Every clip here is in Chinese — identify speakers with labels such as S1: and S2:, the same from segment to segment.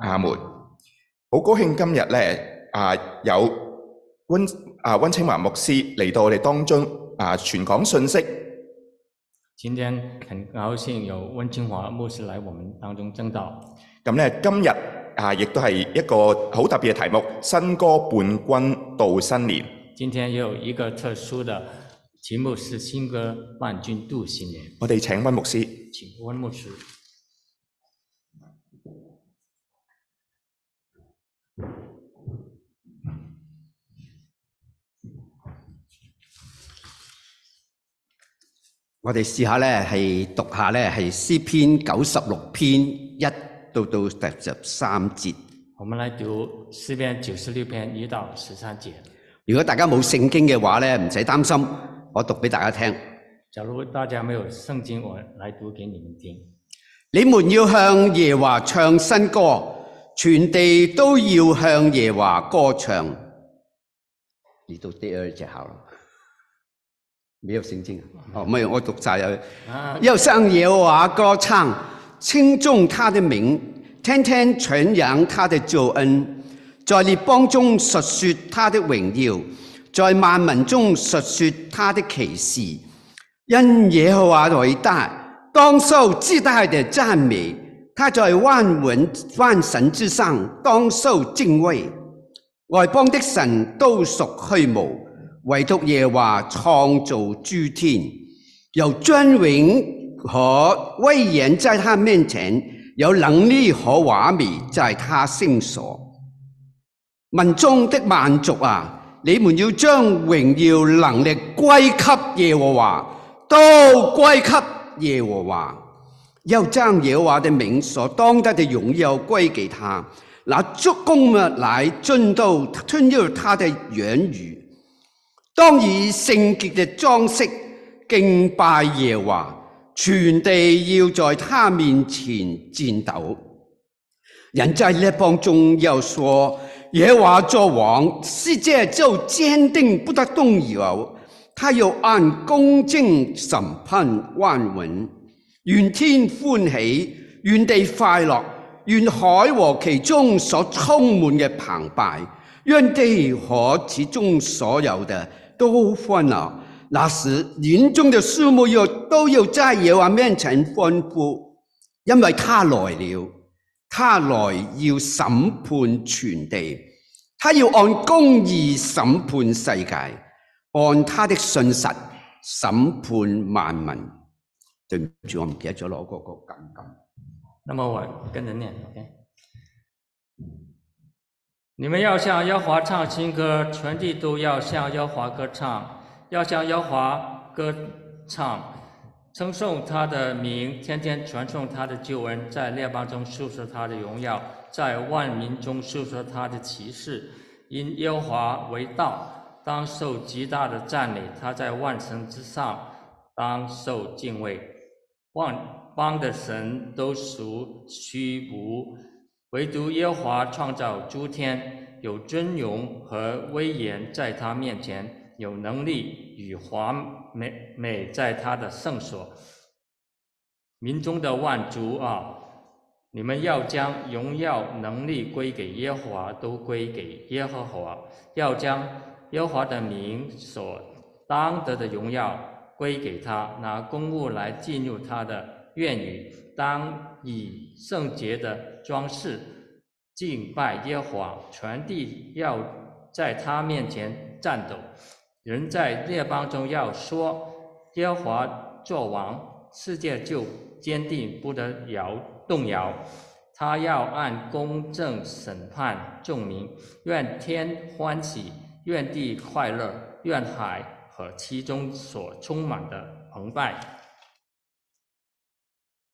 S1: 阿門。好高興今日咧啊有温啊温清華牧師嚟到我哋當中啊傳講信息。
S2: 今天很高兴有温清华牧师来我们当中正道。
S1: 咁咧今日啊亦都係一個好特別嘅題目：新歌伴君度新年。
S2: 今天也有一个特殊的题目是新歌伴君度新年，
S1: 我哋請温牧師。
S2: 请温牧师。
S3: 我哋試下咧，係讀下咧，係詩篇九十六篇一到到第十三節。
S2: 我们来读诗篇九十六篇一到十三节。
S3: 如果大家冇聖經嘅話咧，唔使擔心，我讀俾大家聽。
S2: 假如大家没有圣经，我来读给你们听。
S3: 你們要向耶和華唱新歌，全地都要向耶和華歌唱。你讀第二隻好了，沒有聖經啊？哦，沒有，我讀晒有。
S2: 啊，
S3: 要向耶和华歌唱，称颂他的名，天天传扬他的救恩，在列邦中述说他的荣耀，在万民中述说他的奇事。因耶和华伟大，当受至大的赞美；他在万文万神之上，当受敬畏。外邦的神都屬虛無，唯獨耶和華創造諸天，有尊榮可威嚴在他面前，有能力可華美在他聖所。民中的萬族啊，你們要將榮耀能力歸給耶和華，都歸給耶和華。又將耶和華的名所當得的擁有歸給他。那足供物乃進到吞入他的養魚，當以聖潔的裝飾敬拜耶和華，全地要在他面前戰鬥。人在列邦中又说：耶和华作王，世界就坚定不得动摇。啊他要按公正审判万民，愿天欢喜，愿地快乐，愿海和其中所充满嘅澎湃，愿地和其中所有的都欢乐。那时园中的树木要都要在耶和华面前欢呼，因为他来了。他来要审判全地，他要按公义审判世界，按他的信实审判万民。对唔住，我唔记得咗攞嗰個金金。
S2: 那么我跟着念，OK。你们要向耶和华唱新歌，全地都要向耶和华歌唱，要向耶和华歌唱，称颂他的名，天天传颂他的救恩，在列邦中述说他的荣耀，在万民中述说他的奇事。因耶和华为道，当受极大的赞美；他在万神之上，当受敬畏。万邦的神都属虚无，唯独耶和华创造诸天，有尊荣和威严在他面前，有能力与华美美在他的圣所。民中的万族啊，你们要将荣耀能力归给耶和华，都归给耶和华；要将耶和华的名所当得的荣耀归给他，拿公物来进入他的院宇，当以圣洁的装饰敬拜耶和华，全地要在他面前战斗。人在列邦中要说耶和华作王，世界就坚定不得摇动摇。他要按公正审判众民，愿天欢喜，愿地快乐，愿海和其中所充满的澎湃，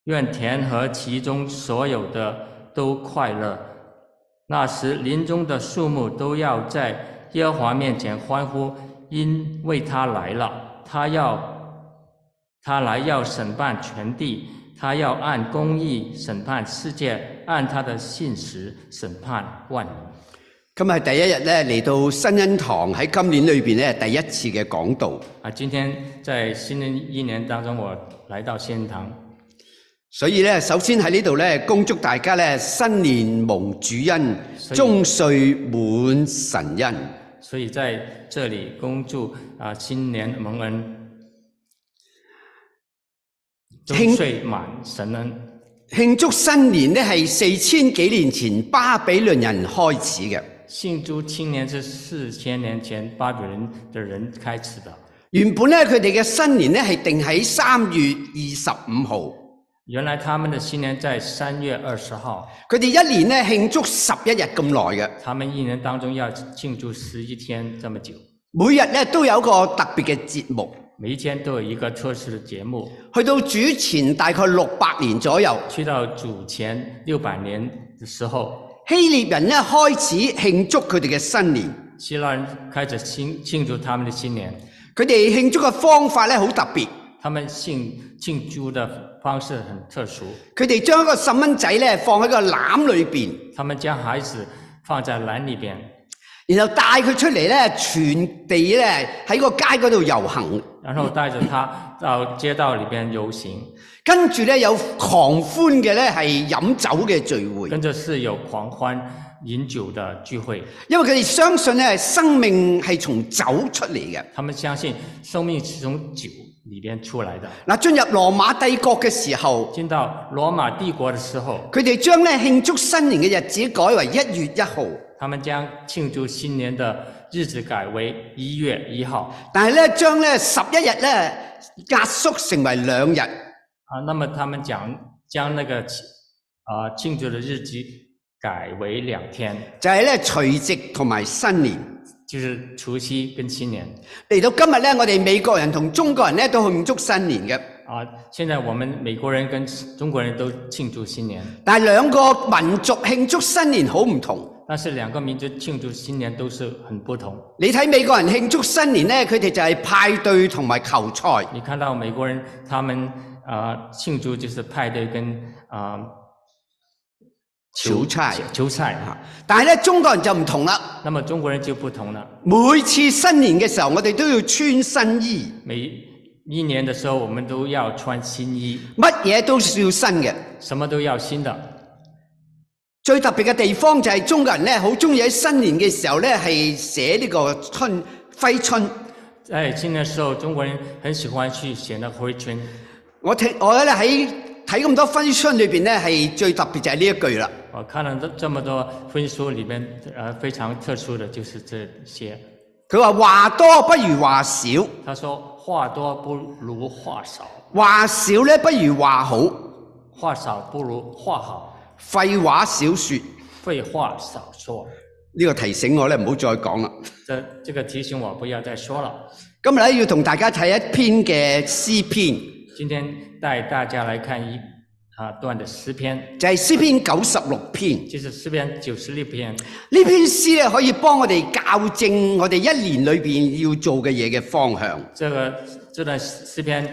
S2: 愿田和其中所有的都快乐。那时林中的树木都要在耶和华面前欢呼，因为他来了，他要他来要审判全地，他要按公义审判世界，按他的信实审判万民。
S3: 今日第一日咧嚟到新恩堂喺今年裏邊咧第一次嘅講道。
S2: 啊，今天在新的一年当中，我来到仙堂，
S3: 所以咧，首先喺呢度咧，恭祝大家咧新年蒙主恩，
S2: 所以
S3: 終歲滿神恩。
S2: 所以在这里恭祝啊新年蒙恩，
S3: 听
S2: 终岁满神恩。
S3: 慶祝新年咧係四千幾年前巴比倫人開始嘅，
S2: 庆祝新年是四千年前巴比伦的人开始的，
S3: 原本咧佢哋嘅新年咧係定喺三月二十五號，
S2: 原来他们的新年在三月二十号，
S3: 佢哋一年咧慶祝十一日咁耐嘅，
S2: 他们一年当中要庆祝十一天这么久，
S3: 每日咧都有一個特別嘅節目。
S2: 每一天都有一个特殊的节目。
S3: 去到主前大概六百年左右，
S2: 去到主前六百年的时候，
S3: 希臘人咧開始慶祝佢哋嘅新年。
S2: 希腊人开始庆庆祝他们的新年，
S3: 佢哋慶祝嘅方法咧好特別，
S2: 他们庆庆祝的方式很特殊，
S3: 佢哋將一個細蚊仔咧放喺個籃裏邊，
S2: 他们将孩子放在篮里边，
S3: 然後帶佢出嚟咧，全地咧喺個街嗰度遊行，
S2: 然后带着他到街道里边游行，
S3: 跟住咧有狂歡嘅咧係飲酒嘅聚會，
S2: 跟着是有狂欢饮酒的聚会。
S3: 因為佢哋相信咧生命係從酒出嚟嘅。
S2: 他们相信生命是从酒里边出来的。
S3: 嗱，進入羅馬帝國嘅時候，
S2: 进到羅馬帝國的时候，
S3: 佢哋將咧慶祝新年嘅日子改為一月一號。
S2: 他们将庆祝新年的日子改为一月一号
S3: 但係咧，將咧十一日咧壓縮成為兩日，
S2: 啊。那么他们讲将那个庆啊庆祝的日期改为两天，
S3: 就係咧除夕同埋新年。
S2: 就是除夕跟新年
S3: 嚟到今日咧，我哋美國人同中國人咧都慶祝新年嘅，
S2: 啊。现在我们美國人跟中國人都庆祝新年，
S3: 但係兩個民族慶祝新年好唔同。
S2: 但是两个民族庆祝新年都是很不同。
S3: 你睇美國人慶祝新年咧，佢哋就係派對同埋球賽，
S2: 你看到美國人他們啊、庆祝就是派對跟啊、
S3: 球賽。
S2: 球赛啊。
S3: 但係咧，中國人就唔同啦。
S2: 那么中国人就不同了，
S3: 每次新年嘅時候，我哋都要穿新衣，
S2: 每一年的时候我们都要穿新衣，
S3: 乜嘢都要新嘅。
S2: 什么都要新的。
S3: 最特別嘅地方就係中國人咧，好中意喺新年嘅時候咧，係寫呢個春揮春。
S2: 在新年的时候，中国人很喜欢去写那回春。
S3: 我睇我咧喺睇咁多揮春裏邊咧，係最特別就係呢一句啦。
S2: 我哦看了这这么多婚书里面，呃，非常特殊的就是这些。
S3: 佢話話多不如話少，
S2: 他说：“话多不如话少，
S3: 話少咧不如話好，
S2: 话少不如话好，
S3: 廢話少説。
S2: 废话少说。
S3: 呢、個提醒我咧，唔好再講啦。
S2: 这”这个提醒我不要再说了。
S3: 今日咧要同大家睇一篇嘅詩篇，
S2: 今天带大家来看一啊段的诗篇，
S3: 就係、詩篇九十六篇。
S2: 就是诗篇九十六篇。
S3: 呢篇詩咧可以幫我哋校正我哋一年裏邊要做嘅嘢嘅方向。
S2: 这个这段诗篇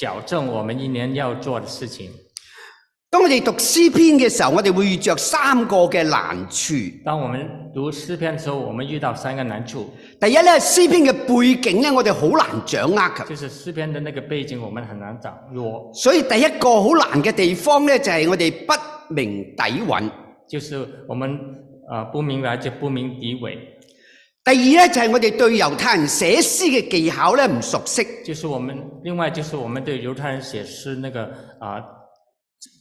S2: 矫正我们一年要做的事情。
S3: 當我哋讀詩篇嘅時候，我哋會遇着三個嘅難處。第
S2: 当我们读诗篇的时候，我们遇到三个难处，
S3: 一咧，詩篇嘅背景咧，我哋好難掌握嘅。
S2: 就是诗篇的那个背景我们很难掌握，
S3: 所以第一個好難嘅地方咧，就係我哋不明底韻。
S2: 就是我们呃不明白就不明底尾，
S3: 第二咧，就係我哋對猶太人寫詩嘅技巧咧唔熟悉。
S2: 就是我们另外就是我们对犹太人写诗那个啊、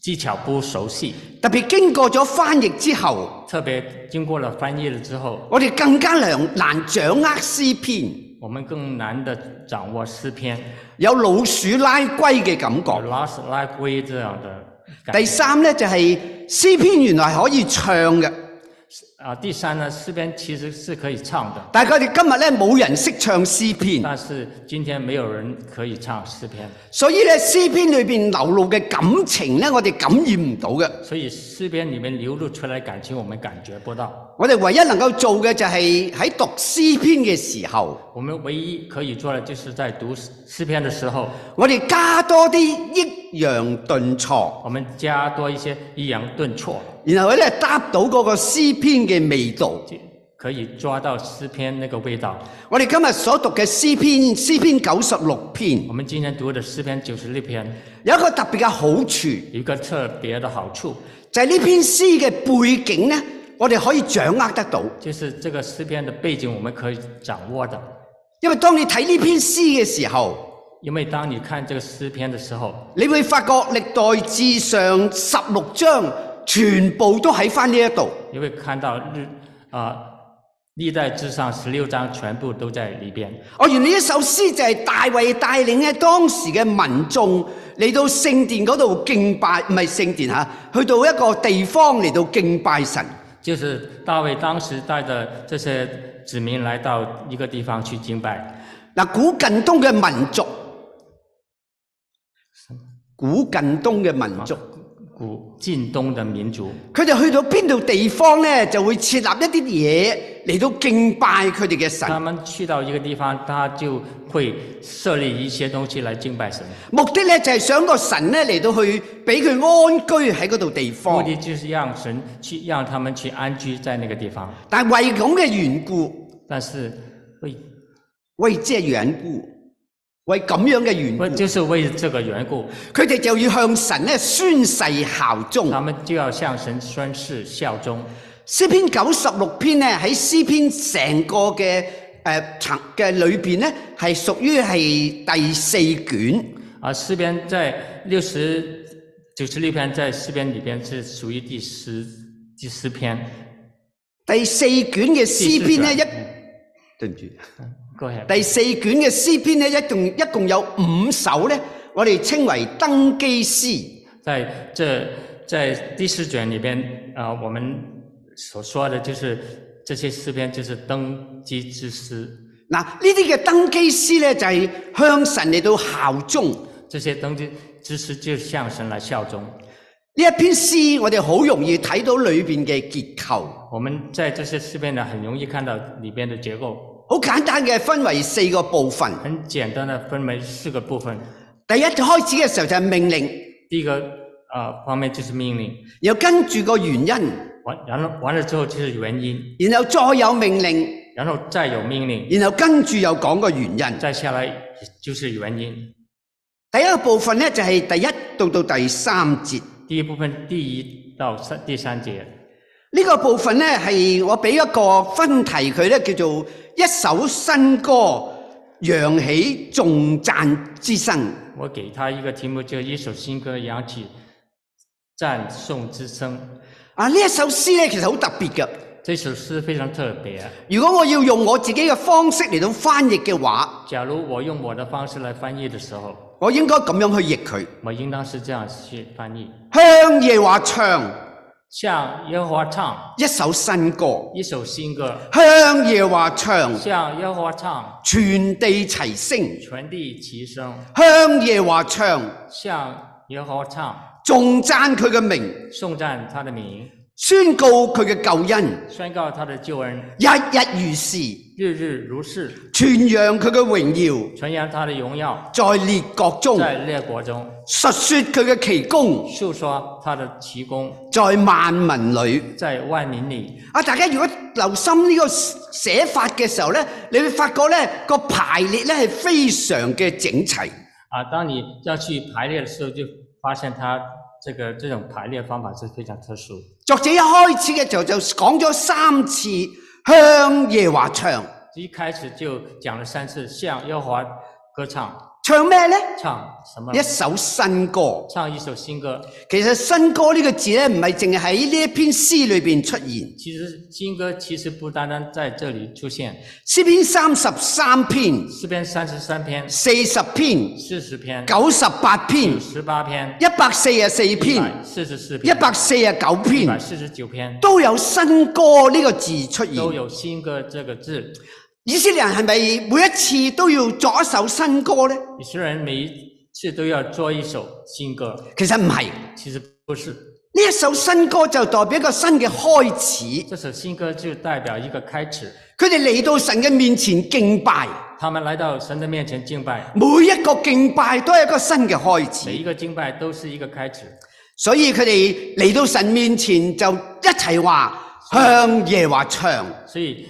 S2: 技巧不熟悉，
S3: 特別經過咗翻譯之後，
S2: 特别经过了翻译了之后，
S3: 我哋更加難難掌握詩篇，
S2: 我们更难的掌握诗篇，
S3: 有老鼠拉龜嘅感
S2: 有
S3: 覺。
S2: 拉斯拉圭这样的感觉。
S3: 第三咧就係、詩篇原來可以唱嘅，
S2: 啊，第三呢，诗篇其实是可以唱的，
S3: 但係佢哋今日咧冇人識唱詩篇，
S2: 但是今天没有人可以唱诗篇，
S3: 所以咧詩篇裏邊流露嘅感情咧，我哋感染唔到嘅。
S2: 所以诗篇里面流露出来感情，我们感觉不到。
S3: 我哋唯一能夠做嘅就係喺讀詩篇嘅時候，
S2: 我们唯一可以做的，就是在读诗诗篇的时候，
S3: 我哋加多啲抑揚頓挫，
S2: 我们加多一些抑扬顿挫，
S3: 然後咧搭到嗰個詩篇嘅味道。
S2: 就可以抓到诗篇那个味道。
S3: 我哋今日所讀嘅詩篇，詩篇九十六篇
S2: 我们今天读的诗篇九十六篇
S3: 有一個特別嘅好處，就
S2: 有一个特别的好处，
S3: 係呢篇詩嘅背景呢，我哋可以掌握得到。
S2: 就是这个诗篇的背景我们可以掌握的。
S3: 因為當你睇呢篇詩嘅時候，
S2: 因为当你看這個詩篇的時候，
S3: 你會發覺歷代至上十六章全部都喺翻呢一度。
S2: 你会看到日啊历代之上十六章全部都在里边。
S3: 哦，原來呢首詩就係大衛帶領咧當時嘅民眾嚟到聖殿嗰度敬拜，唔係聖殿嚇，去到一個地方嚟到敬拜神。
S2: 就是大卫当时带着这些子民来到一个地方去敬拜。
S3: 嗱，古近東嘅民族，古近東嘅民
S2: 啊
S3: 族，
S2: 古近东的民族，
S3: 佢哋去到邊度地方咧，就會設立一啲嘢嚟到敬拜佢哋嘅神，
S2: 他们去到一个地方，他就会设立一些东西来敬拜神，
S3: 目的咧就係想個神咧嚟到去俾佢安居喺嗰度地
S2: 目
S3: 方。
S2: 的就是让神去让他们去安居在那个地方。
S3: 但係為咁嘅緣故，
S2: 但是为
S3: 為即係緣故，為咁樣嘅緣故
S2: 为，就是为这个缘故，
S3: 佢哋就要向神咧宣誓效忠。
S2: 他们就要向神宣誓效忠。
S3: 詩篇九十六篇咧喺詩篇成個嘅誒層嘅裏邊咧係屬於係第四卷，
S2: 而诗篇在六十九十六篇在诗篇里边是属于第十第十篇。
S3: 第四卷嘅詩篇咧
S2: 第四
S3: 一，對唔住，
S2: Go ahead。
S3: 第四卷嘅詩篇咧一共一共有五首咧，我哋稱為登基詩。
S2: 在这在第十卷里边啊、我们所说的就是这些诗篇就是登基之诗，
S3: 嗱，呢啲嘅登基詩咧就係向神嚟到效忠。呢
S2: 这些登基之诗就向神来效忠。
S3: 一篇詩我哋好容易睇到裏邊嘅結構，
S2: 我们在这些诗篇呢，很容易看到里边的结构，
S3: 好簡單嘅分為四個部分。
S2: 很简单的分为四个部分。
S3: 第一開始嘅時候就係命令，
S2: 第一个啊、方面就是命令，
S3: 然後跟住個原因，
S2: 完然后完了之后就是原因，
S3: 然後再有命令，
S2: 然后再有命令，
S3: 然後跟住又講個原因。
S2: 再下来就是原因。
S3: 第一個部分呢，就係、第一到到第三節，呢、
S2: 第一部分第一到三第三节，
S3: 個部分呢，係我俾一個分題佢呢，叫做一首新歌揚起重讚之聲。
S2: 我给他一个题目，就一首新歌扬起赞颂之声。
S3: 啊，呢一首詩呢，其實好特別嘅。
S2: 这首诗非常特别。
S3: 如果我要用我自己嘅方式嚟到翻譯嘅話，
S2: 假如我用我的方式来翻译的时候，
S3: 我應該咁樣去譯佢：
S2: 我应当是这样去翻译：
S3: 向耶和華唱
S2: 向耶和华唱
S3: 一首新歌。
S2: 一首新歌，
S3: 向耶和華唱，
S2: 向耶和华唱，
S3: 全地齊聲；
S2: 全地齐声；
S3: 向耶和華唱，
S2: 向耶和华唱，
S3: 重讚佢嘅名，
S2: 颂赞他的名，
S3: 宣告佢嘅救恩，
S2: 宣告他的救恩，
S3: 日日如是，
S2: 日日如是，
S3: 傳揚佢嘅榮耀
S2: 传扬他的荣耀，
S3: 在列國中，
S2: 在列国中
S3: 述說佢嘅奇功
S2: 述说他的奇功，
S3: 在萬民裏。
S2: 在万民里。
S3: 啊！大家如果留心呢個寫法嘅時候呢，你會發覺呢個排列呢係非常嘅整齊。
S2: 啊，当你要去排列的时候，就发现它这个这种排列方法是非常特殊。
S3: 作者一開始嘅時候就講咗三次向耶和華唱。
S2: 一开始就讲了三次，向耶和华歌唱，
S3: 唱咩呢？
S2: 唱什么？
S3: 一首新歌。
S2: 唱一首新歌。
S3: 其實新歌呢個字咧，唔係淨係喺呢一篇詩裏邊出現。
S2: 其实新歌其实不单单在这里出现，
S3: 詩篇三十三篇、
S2: 诗篇三十三篇、
S3: 四十篇、
S2: 四十篇、
S3: 九十八篇、
S2: 十八篇、
S3: 一百四十四篇、
S2: 四十四
S3: 一
S2: 篇、
S3: 百四十九
S2: 一百
S3: 篇，
S2: 四十九篇
S3: 都有新歌呢個字出現。
S2: 都有“新歌”这个字。
S3: 以色列人係咪每一次都要作一首新歌呢？
S2: 以色列人每一次都要做一首新歌，
S3: 其實唔係，
S2: 其实不是。
S3: 呢一首新歌就代表一個新嘅開始。
S2: 这首新歌就代表一个开始。
S3: 佢哋嚟到神嘅面前敬拜，
S2: 他们来到神的面前敬拜，
S3: 每一個敬拜都係一個新嘅開始
S2: 每。一个敬拜都是一个开始，
S3: 所以佢哋嚟到神面前就一齊話：向耶和華唱。
S2: 所以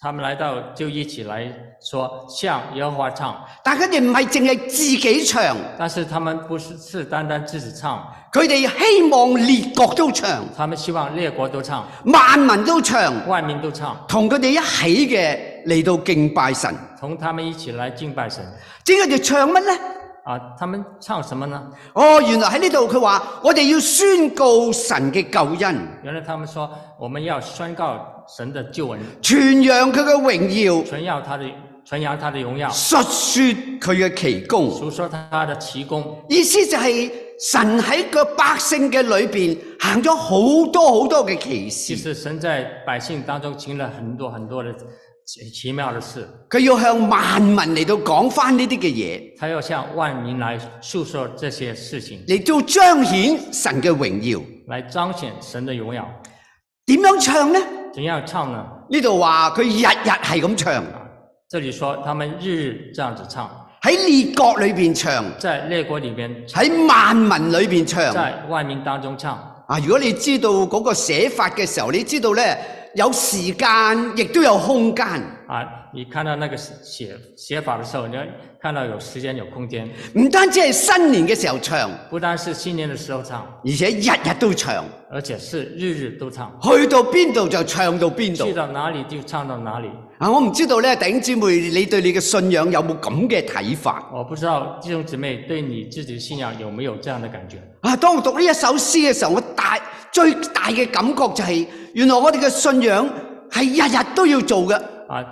S2: 他们来到就一起来说向耶和华唱，
S3: 但佢哋唔係淨係自己唱，
S2: 但是他们不是是单单自己唱，
S3: 佢哋希望列國都唱，
S2: 他们希望列国都唱，
S3: 萬民都唱，
S2: 万民都唱，
S3: 同佢哋一起嘅嚟到敬拜神。
S2: 同他们一起来敬拜神。
S3: 正佢哋唱乜呢？
S2: 啊，他们唱什么呢？
S3: 哦，原來喺呢度佢話：我哋要宣告神嘅救恩，
S2: 原来他们说我们要宣告神的救恩，
S3: 傳揚佢嘅榮耀，
S2: 传扬他的传扬他的荣耀，
S3: 述說佢嘅奇功。
S2: 述说他的奇功。
S3: 意思就係神喺個百姓嘅裏边行咗好多好多嘅奇
S2: 其实
S3: 事，
S2: 神在百姓当中行了很多很多的奇奇妙的事，
S3: 佢要向萬民嚟到講翻呢啲嘅嘢，
S2: 他要向万民来诉说这些事情，
S3: 嚟到彰顯神嘅榮耀。
S2: 来彰显神的荣耀。
S3: 點樣唱呢？
S2: 怎样唱呢？
S3: 呢度話佢日日係咁唱，
S2: 这里说他们日日这样子唱，
S3: 喺列國裏边唱，
S2: 在列国里边，
S3: 喺萬民裏边唱。
S2: 在万民当中唱。
S3: 啊，如果你知道嗰個寫法嘅時候，你知道呢，有時間，亦都有空間，
S2: 啊，你看到那个写写法的时候，你要看到有时间有空间，
S3: 唔單止係新年嘅時候唱，
S2: 不单是新年的时候唱，
S3: 而且日日都唱。
S2: 而且是日日都唱，
S3: 去到邊度就唱到邊
S2: 去
S3: 度
S2: 到哪里就唱到哪里。
S3: 啊！我唔知道咧，弟兄姊妹，你對你嘅信仰有冇咁嘅睇法
S2: 我不知道弟兄姊妹对你自己的信仰有没有这样的感觉？
S3: 啊？當我讀呢一首詩嘅時候，我大最大嘅感覺就係、原來我哋嘅信仰係日日都要做嘅，
S2: 啊，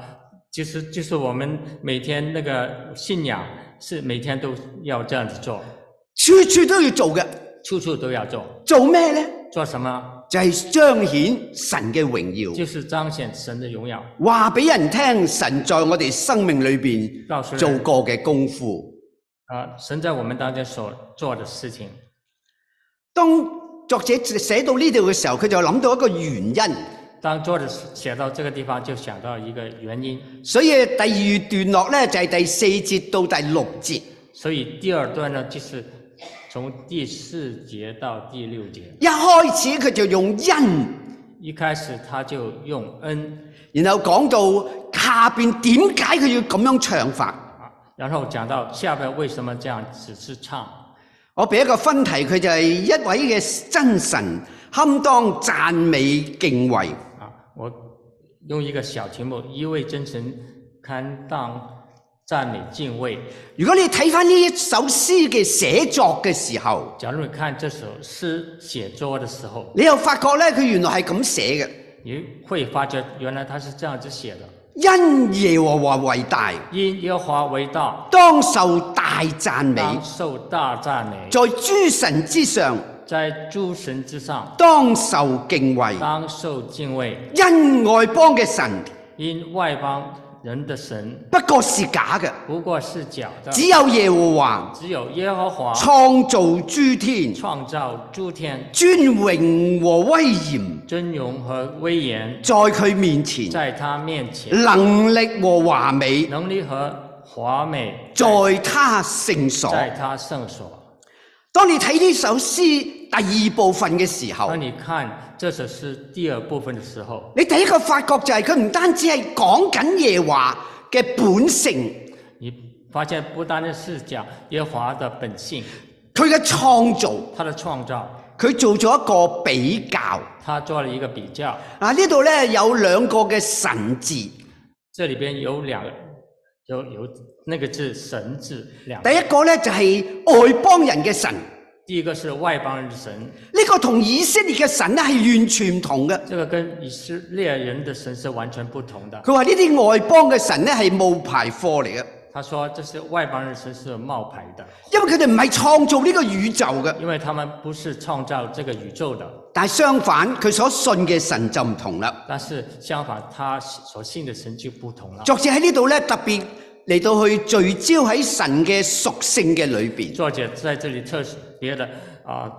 S2: 就是就是我们每天那个信仰是每天都要这样子做，
S3: 處處都要做嘅。
S2: 处处都要做。
S3: 做咩呢？
S2: 做什么？
S3: 就係、彰顯神嘅榮耀，
S2: 就是彰显神的荣耀，
S3: 話俾人聽神在我哋生命裏邊
S2: 告訴人
S3: 做過嘅功夫。
S2: 啊，神在我们当中所做的事情。
S3: 當作者寫到呢度嘅時候，佢就諗到一個原因。
S2: 当作者写到这个地方，就想到一个原因，
S3: 所以第二段落呢，就係第四節到第六節，
S2: 所以第二段呢，就是从第四节到第六节，
S3: 一開始佢就用因，
S2: 一开始他就用恩
S3: 然後講到下邊點解佢要咁樣唱法。
S2: 啊，然后讲到下边为什么这样只是唱，
S3: 我俾一個分題，佢就係一位嘅真神，堪當讚美敬畏。
S2: 啊，我用一个小题目：一位真神堪当赞美敬畏。
S3: 如果你睇翻呢一首詩嘅寫作嘅時候，
S2: 假如你看这首诗写作的时候，
S3: 你又發覺呢，佢原來係咁寫嘅。
S2: 你会发觉原来他是这样子写的：
S3: 因耶和華為大，
S2: 因耶和華为大，
S3: 當受大讚美，
S2: 当受大赞美，
S3: 在諸神之上，
S2: 在诸神之上，
S3: 當受敬畏。
S2: 当受敬畏。
S3: 因外邦嘅神
S2: 因外邦人的神
S3: 不過是假嘅，
S2: 不过是假的，
S3: 只有耶和華
S2: 只有耶和华
S3: 創造諸天，
S2: 创造诸天，
S3: 尊榮和威嚴
S2: 尊荣和威严
S3: 在佢面前，
S2: 在他面前，
S3: 能力和華美
S2: 能力和华美
S3: 在他聖所。
S2: 在他圣所。
S3: 當你睇呢首詩第二部分嘅時候
S2: 当，你看这首诗第二部分的时候，
S3: 你第一個發覺就係佢唔單止係講緊耶和華嘅本性，
S2: 你发现不单单是讲耶和华的本性，
S3: 佢嘅創造，
S2: 他的创造，
S3: 佢做咗一個比較。
S2: 他做了一个比较。
S3: 啊，呢度呢有兩個嘅神字。
S2: 这里边有两个，有有那个字“神”字两
S3: 第
S2: 个。
S3: 一個呢，就係外邦人嘅神，呢、
S2: 第一个是外邦人的神，
S3: 個同以色列嘅神呢係完全唔同嘅。
S2: 这个跟以色列人的神是完全不同的。
S3: 佢話呢啲外邦嘅神呢係冒牌貨嚟嘅，
S2: 他说这是外邦人的神是冒牌的，
S3: 因為佢哋唔係創造呢個宇宙嘅，
S2: 因为他们不是创造这个宇宙的，
S3: 但係相反佢所信嘅神就唔同啦。
S2: 但是相反他所信的神就不同了。
S3: 作者喺呢度呢特別嚟到去聚焦喺神嘅屬性嘅裏邊，
S2: 作者在这里特别的啊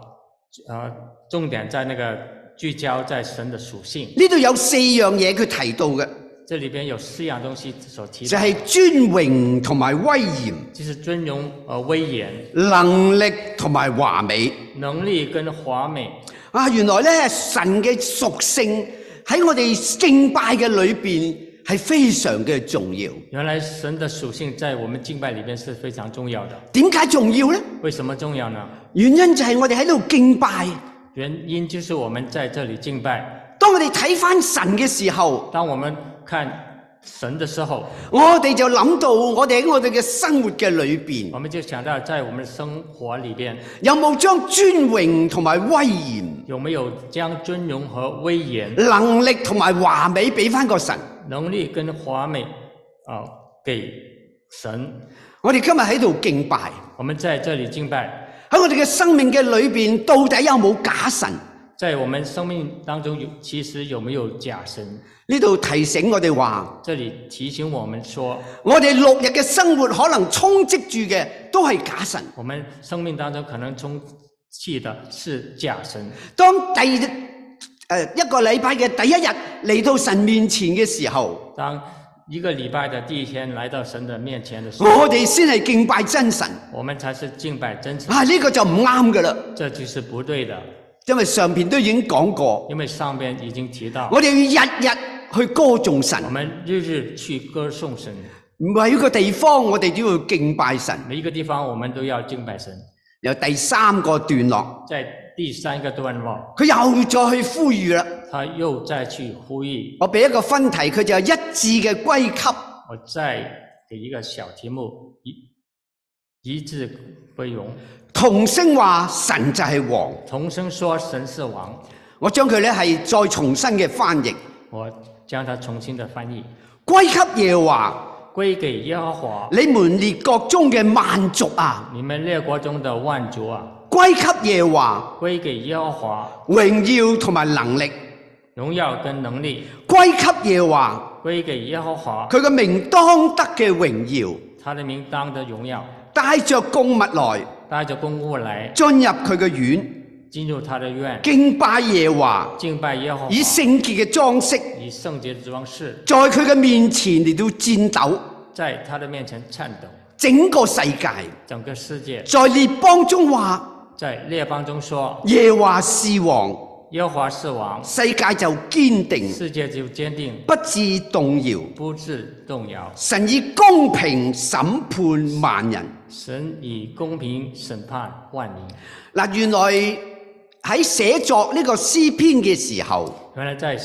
S2: 啊、重点在那个聚焦在神的属性。
S3: 呢度有四樣嘢佢提到嘅，
S2: 这里边有四样东西所提
S3: 就
S2: 到，
S3: 係、尊榮同埋威嚴、
S2: 就是尊荣、呃威严、
S3: 能力同埋華美。
S2: 能力跟华美。
S3: 啊，原來咧神嘅屬性喺我哋敬拜嘅裏边係非常嘅重要。
S2: 原来神的属性在我们敬拜里边是非常重要的。
S3: 點解重要呢？
S2: 为什么重要呢？
S3: 原因就係我哋喺度敬拜。
S2: 原因就是我们在这里敬拜。
S3: 當我哋睇翻神嘅時候，
S2: 当我们看神的时候，
S3: 我哋就諗到我哋喺我哋嘅生活嘅裏边
S2: 我，们就想到在我们生活里边
S3: 有冇將尊榮同埋威嚴、
S2: 有没有将尊荣和威严、
S3: 能力同埋華美俾翻個神？
S2: 能力跟华美啊、给神。
S3: 我哋今日喺度敬拜，
S2: 我们在这里敬拜，
S3: 喺我哋嘅生命嘅裏边，到底有冇假神？
S2: 在我们生命当中有其实有没有假神？
S3: 呢度提醒我哋話，
S2: 这里提醒我们说，
S3: 我哋六日嘅生活可能充斥住嘅都係假神。
S2: 我们生命当中可能充气的是假神。
S3: 當第二呃一個禮拜嘅第一日嚟到神面前嘅時候，
S2: 当一个礼拜的第一天来到神的面前的时候，
S3: 我哋先係敬拜真神。
S2: 我们才是敬拜真神，
S3: 啊，呢、個就唔啱噶啦，
S2: 这就是不对的，
S3: 因為上邊都已經講過，
S2: 因为上边已经提到，
S3: 我哋要日日去歌頌神
S2: 我，们日日去歌颂神，
S3: 每個地方我哋都要敬拜神。
S2: 每一个地方我们都要敬拜神。
S3: 由第三個段落，
S2: 在第三个段落，
S3: 佢又再去呼籲啦。
S2: 他又再去呼吁，
S3: 我俾一個分題，佢就係一致嘅歸給。
S2: 我再给一个小题目，一一致归荣。
S3: 同聲話神就係王，
S2: 重生说神是王，
S3: 我將佢咧係再重新嘅翻譯，
S2: 我将它重新的翻译，
S3: 歸給耶和華。
S2: 归给耶和华，
S3: 你們列國中嘅萬族啊，
S2: 你们列国中的万族啊。
S3: 歸給耶和華
S2: 归给耶和华，
S3: 榮耀同埋能力，
S2: 荣耀跟能力
S3: 歸給耶和華
S2: 归给耶和华，
S3: 佢嘅名當得嘅榮耀，
S2: 他的名当得荣耀。
S3: 帶着供物來
S2: 带着公物来
S3: 進入佢嘅院，
S2: 进入他的院，
S3: 敬拜耶和華，
S2: 敬拜耶和华，
S3: 以聖潔嘅裝飾，
S2: 以圣洁的装饰，
S3: 在佢嘅面前嚟到戰鬥，
S2: 在他的面前颤抖。
S3: 整個世界。
S2: 整个世界
S3: 在列邦中話
S2: 在列邦中说
S3: 耶和華是王，
S2: 耶和华是王，
S3: 世界就堅定，
S2: 世界就坚定，
S3: 不致動搖。
S2: 不致动摇。
S3: 神以公平審判萬人。
S2: 神以公平审判万民。
S3: 嗱，原來喺寫作呢個詩篇嘅時候，
S2: 原来在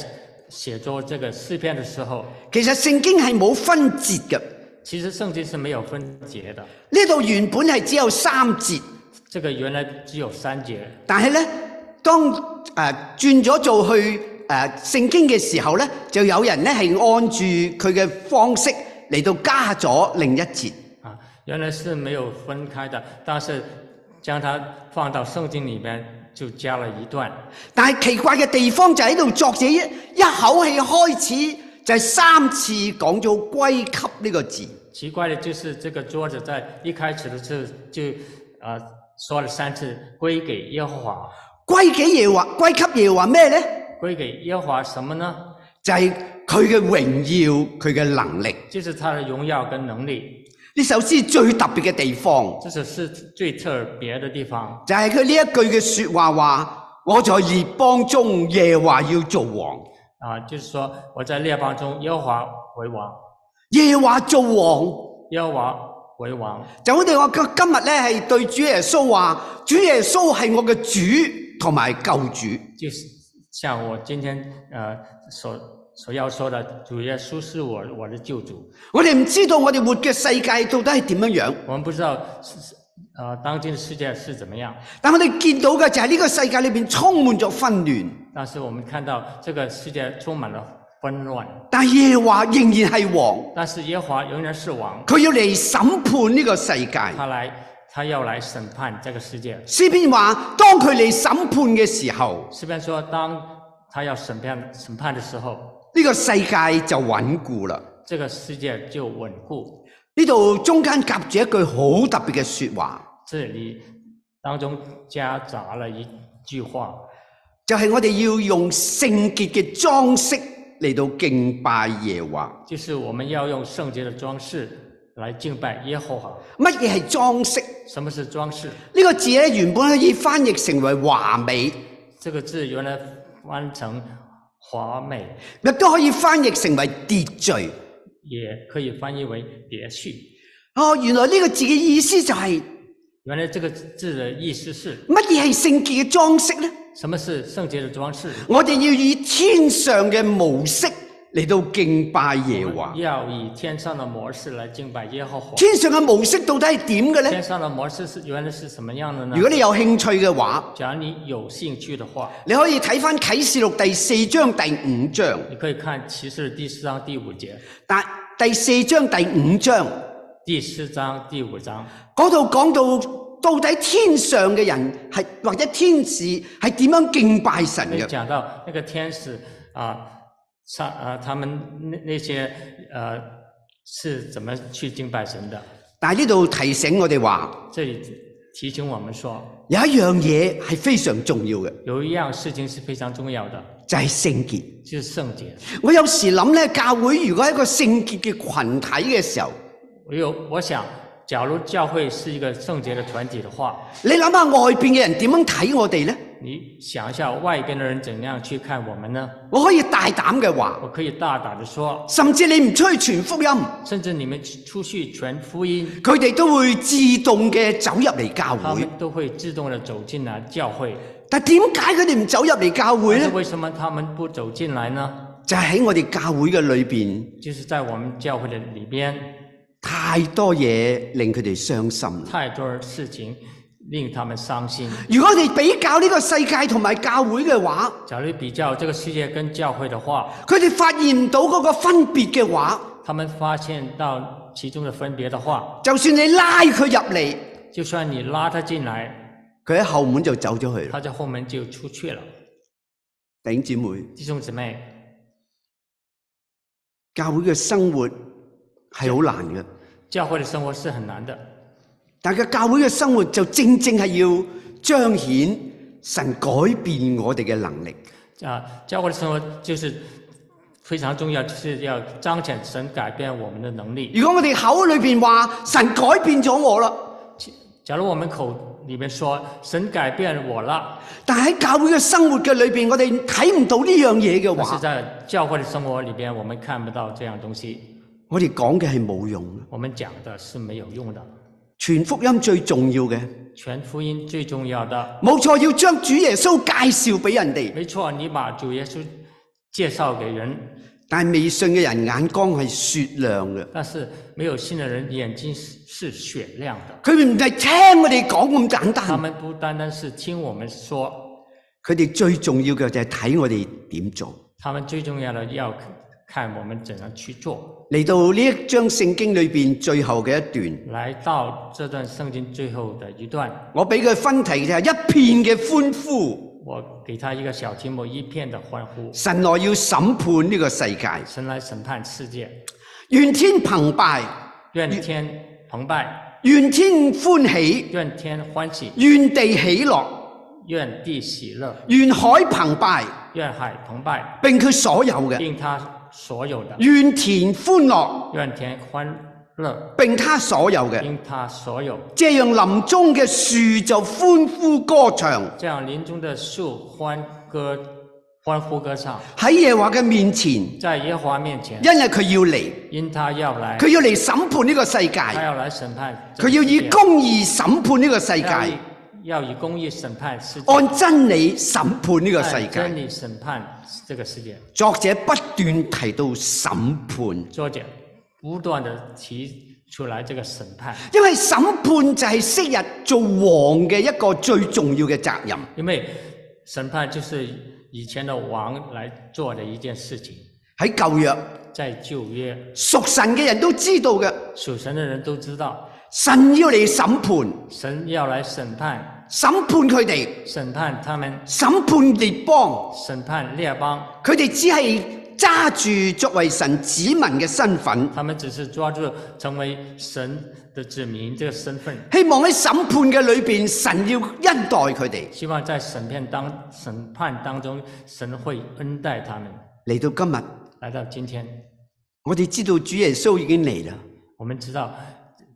S2: 写作这个诗篇的时候，
S3: 其實聖經係冇分節嘅。
S2: 其实圣经是没有分节的，
S3: 呢度原本係只有三節，
S2: 这个原来只有三节。
S3: 但係呢，當誒轉咗做去誒、呃、聖經嘅時候呢，就有人呢係按住佢嘅方式嚟到加咗另一節。
S2: 啊，原来是没有分开的，但是将它放到圣经里面就加了一段。
S3: 但係奇怪嘅地方就喺度，作者一一口氣開始就係三次講咗歸給呢個字。
S2: 奇怪的就是这个桌子在一开始的时候就呃说了三次归给耶和华，
S3: 歸給耶和華，歸給耶和華咩呢？
S2: 归给耶和华什么呢？
S3: 就係佢嘅榮耀，佢嘅能力。
S2: 就是他的荣耀跟能力，
S3: 呢首詩最特別嘅地方
S2: 这首是最特别的地方。
S3: 就係佢呢一句嘅说話話：我在列邦中，耶和華要做王。
S2: 啊，就是说我在列邦中，耶和华为王，
S3: 耶和華做王，
S2: 耶和华为王。
S3: 就好似我今日呢係對主耶穌話：主耶穌係我嘅主同埋救主。
S2: 就是像我今天呃所所要说的，主耶稣是我我的救主。
S3: 我哋唔知道我哋活嘅世界到底係點樣樣，
S2: 我们不知道是是呃当今的世界是怎么样，
S3: 但我哋見到嘅就係呢個世界裏面充滿咗紛亂，
S2: 但是我们看到这个世界充满了纷乱，
S3: 但係耶和華仍然係王，
S2: 但是耶和华仍然是王，
S3: 佢要嚟審判呢個世界。
S2: 他来他要来审判这个世界。
S3: 詩篇話：當佢嚟審判嘅時候，
S2: 诗篇说，当他要审判审判的时候，
S3: 呢、個世界就穩固啦。
S2: 这个世界就稳固。
S3: 呢度中間夾住一句好特別嘅说話，
S2: 这里当中夹杂了一句话，
S3: 就係我哋要用聖潔嘅裝飾嚟到敬拜耶和華。
S2: 就是我们要用圣洁的装饰来敬拜耶和华。
S3: 乜嘢係裝飾？呢、
S2: 什么是装饰？
S3: 個字咧原本可以翻譯成為華美。
S2: 这个字原来翻成华美，
S3: 亦都可以翻譯成為秩序。
S2: 也可以翻译为秩序。
S3: 哦，原來呢個字嘅意思就係
S2: 原来这个字的意思是
S3: 乜嘢係聖潔嘅裝飾呢？
S2: 什么是圣洁的装饰？
S3: 我哋要以天上嘅模式嚟到敬拜耶和華。
S2: 要以天上的模式来敬拜耶和华。
S3: 天上嘅模式到底係點嘅
S2: 天
S3: 呢？
S2: 上的模式是哎原来是什么样的呢
S3: 如？果你有興趣嘅話，
S2: 假如你有兴趣的话，
S3: 你可以睇翻啟示錄第四章第五章。
S2: 你可以看启示第四章第五节、
S3: 但第四章第五章
S2: 第四章第五章，
S3: 嗰度講到到底天上嘅人係或者天使係點樣敬拜神
S2: 你
S3: 嘅？
S2: 讲到那个天使啊，上啊，他们那那些呃是怎么去敬拜神的？
S3: 但係呢度提醒我哋話，
S2: 这里提醒我们说，
S3: 有一樣嘢係非常重要嘅，
S2: 有一样事情是非常重要的，
S3: 就係、聖潔。
S2: 就是圣洁。
S3: 我有時諗呢，教會如果係一個聖潔嘅群體嘅時候，
S2: 我有我想，假如教会是一个圣洁的团体的话，
S3: 你諗下外邊嘅人點樣睇我哋呢？
S2: 你想一下外边的人怎样去看我们呢？
S3: 我可以大膽嘅話，
S2: 我可以大胆的说，
S3: 甚至你唔出去傳福音，
S2: 甚至你们出去传福音，
S3: 佢哋都會自動嘅走入嚟教
S2: 他
S3: 會
S2: 们。都会自动的走进来教会。
S3: 但點解佢哋唔走入嚟教會
S2: 但是
S3: 呢？
S2: 为什么他们不走进来呢？
S3: 就係喺我哋教會嘅裏邊，
S2: 就是在我们教会的里边，
S3: 太多嘢令佢哋傷心啦。
S2: 太多事情令他们伤心。
S3: 如果我哋比較呢個世界同埋教會嘅話，
S2: 假如比较这個世界跟教会的话，
S3: 佢哋發現唔到嗰個分別嘅話，
S2: 他们发现到其中的分别的话，
S3: 就算你拉佢入嚟，
S2: 就算你拉他进来，
S3: 佢喺後門就走咗去啦。
S2: 他在后门就出去了。
S3: 弟兄姊妹，
S2: 弟兄姊妹，
S3: 教會嘅生活係好難嘅，
S2: 教会的生活是很難的，
S3: 但係教會嘅生活就正正係要彰顯神改變我哋嘅能力。
S2: 啊，教会的生活就是非常重要，就是要彰显神改变我们的能力。
S3: 如果我哋口裏邊話神改變咗我啦。
S2: 假如我们口里面说神改变我了，
S3: 但喺教會嘅生活嘅裏边，我哋睇唔到呢樣嘢嘅
S2: 但是
S3: 話，
S2: 在教会的生活里边，我们看不到这样东西，
S3: 我哋講嘅係冇用嘅。
S2: 我们讲的是没有用的。
S3: 全福音最重要嘅，
S2: 全福音最重要的，
S3: 冇錯，要將主耶穌介紹俾人哋。
S2: 没错，你把主耶稣介绍给人，
S3: 但係未信嘅人眼光係雪亮嘅，
S2: 但是没有信的人眼睛是是雪亮的，
S3: 佢唔係聽我哋講咁簡
S2: 他
S3: 單，
S2: 们不单单是听我们说，
S3: 佢哋最重要嘅就係睇我哋點做。
S2: 他们最重要的要看我们怎样去做。
S3: 嚟到呢一章聖經裏边最後嘅一段，
S2: 来到这段圣经最后的一段，
S3: 我俾佢分題就係一片嘅歡呼，
S2: 我给他一个小题目：一片的欢呼，
S3: 神來要審判呢個世界，
S2: 神来审判世界，
S3: 願天澎湃，
S2: 愿天澎湃，
S3: 願天歡喜。
S2: 愿天欢喜，
S3: 愿地喜乐，
S2: 愿地喜乐，
S3: 愿海澎湃，
S2: 愿海澎湃，
S3: 并佢所有嘅；
S2: 并他所有的。
S3: 愿田欢乐，
S2: 愿天欢乐，
S3: 并他所有嘅。
S2: 因他所有。
S3: 这样林中嘅树就欢呼歌唱，
S2: 这样林中的树欢歌欢呼歌唱，
S3: 喺耶和华嘅面前，因
S2: 在耶和华面前，
S3: 为佢要嚟，
S2: 因他要来，
S3: 佢要嚟审判呢个世界，
S2: 他要来审判这
S3: 佢
S2: 个世界。
S3: 要以公义审判呢个世界，
S2: 要以要以公义审判世界，
S3: 按真理审判呢个世
S2: 按真
S3: 界。
S2: 理审判这个世界。
S3: 作者不断提到审判，
S2: 作者不断的提出来这个审判，
S3: 因为审判就系昔日做王嘅一个最重要嘅责任。
S2: 因为审判就是以前的王来做的一件事情，
S3: 喺舊約，
S2: 在旧约
S3: 屬神嘅人都知道嘅，
S2: 属神的人都知道，
S3: 神要嚟審判，
S2: 神要来审判
S3: 審判佢哋，
S2: 审判他们，
S3: 審判列邦，
S2: 审判列邦，
S3: 佢哋只係揸住作為神子民嘅身份，
S2: 他们只是抓住成为神的子民这个身份，
S3: 希望喺審判嘅裏边，神要恩待佢哋。
S2: 希望在审判当审判当中，神会恩待他们。
S3: 嚟到今日，
S2: 来到今天，
S3: 我哋知道主耶穌已經嚟啦，
S2: 我们知道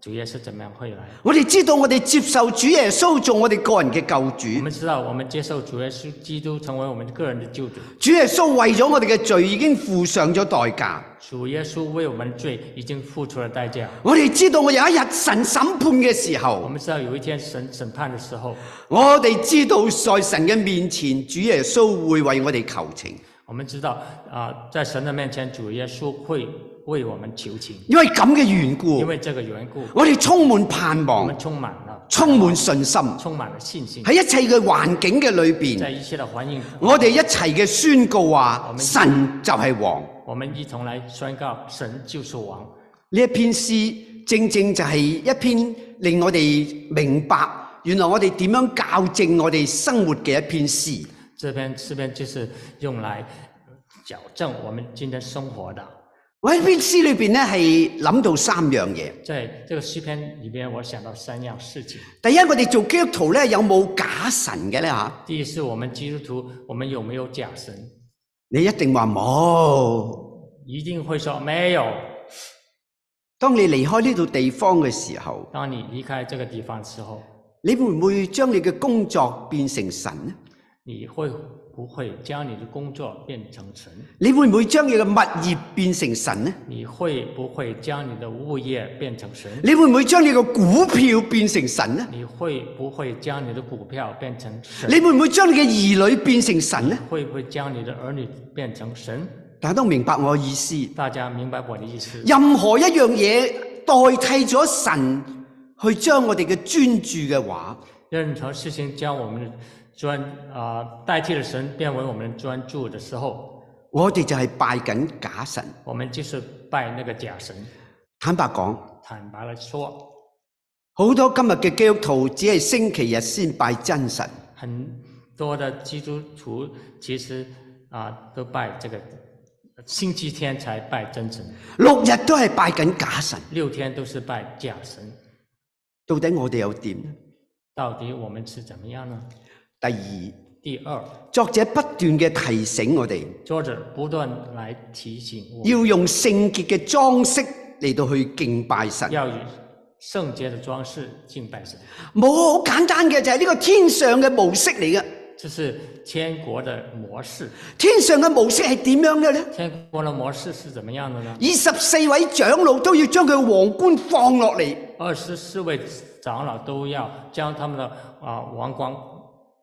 S2: 主耶稣怎么样会来？
S3: 我哋知道我哋接受主耶穌做我哋個人嘅救
S2: 我
S3: 主，
S2: 们知道，我们接受主耶稣基督成为我们个人的救主，
S3: 主耶穌為咗我哋嘅罪已經付上咗代價。
S2: 主耶稣为我们的罪已经付出了代价。
S3: 我哋知道我有一日神審判嘅時
S2: 我
S3: 候，
S2: 们知道有一天神审判的时候，
S3: 我哋知道在神嘅面前，主耶穌會為我哋求情，
S2: 我们知道啊、在神的面前，主耶稣会为我们求情，
S3: 因為咁嘅緣故
S2: 因，为这个缘故，
S3: 我哋充滿盼
S2: 我
S3: 望
S2: 们，充满了
S3: 充滿信心，
S2: 充满了信心，
S3: 喺一切嘅環境嘅裏边
S2: 在，一切的环境，
S3: 我哋一齊嘅宣告話：神就係王。
S2: 我们一同来宣告神就是王。
S3: 呢一篇詩正正就係一篇令我哋明白，原來我哋點樣校正我哋生活嘅一篇詩。
S2: 这篇诗篇就是用来矫正我们今天生活的。
S3: 我喺篇詩裏面咧係諗到三樣嘢。
S2: 在这个诗篇里边，我想到三样事情。
S3: 第一，我哋做基督徒咧有冇假神嘅咧吓？
S2: 第一是我们基督徒，我们有没有假神？
S3: 你一定話冇。
S2: 一定会说没有。
S3: 當你離開呢度地方嘅時候，
S2: 当你离开这个地方之后，
S3: 你會唔會將你嘅工作變成神咧？
S2: 你会不会将你的工作变成神？
S3: 你會唔會將你嘅物業變成神咧？
S2: 你会不会将你的物业变成神？
S3: 你會唔會將你嘅股票變成神咧？
S2: 你会不会将你的股票变成神？
S3: 你會唔會將你嘅兒女變成神咧？
S2: 会不会将你的儿女变成神？
S3: 大家都明白我嘅意思。
S2: 大家明白我的意思。
S3: 任何一樣嘢代替咗神去將我哋嘅專注嘅話，
S2: 任何事情将我们的专啊、代替了神，变为我们专注的时候，
S3: 我哋就係拜緊假神。
S2: 我们就是拜那个假神。
S3: 坦白講，
S2: 坦白来说，
S3: 好多今日嘅基督徒只係星期日先拜真神，
S2: 很多的基督徒其实啊、都拜这个星期天才拜真神，
S3: 六日都係拜緊假神。
S2: 六天都是拜假神。
S3: 到底我哋又點？
S2: 到底我们是怎么样呢？
S3: 第二，
S2: 第二，
S3: 作者不斷嘅提醒我哋
S2: 作者不断来提醒我们
S3: 要用聖潔嘅裝飾嚟到去敬拜神。
S2: 要以圣洁的装饰敬拜神，
S3: 冇好簡單嘅，就係呢個天上嘅模式嚟嘅。
S2: 这是天国的模式。
S3: 天上嘅模式係點樣嘅呢？
S2: 天国的模式是怎么样的呢？
S3: 二十四位長老都要將佢皇冠放落嚟，
S2: 二十四位长老都要将他们的啊、王冠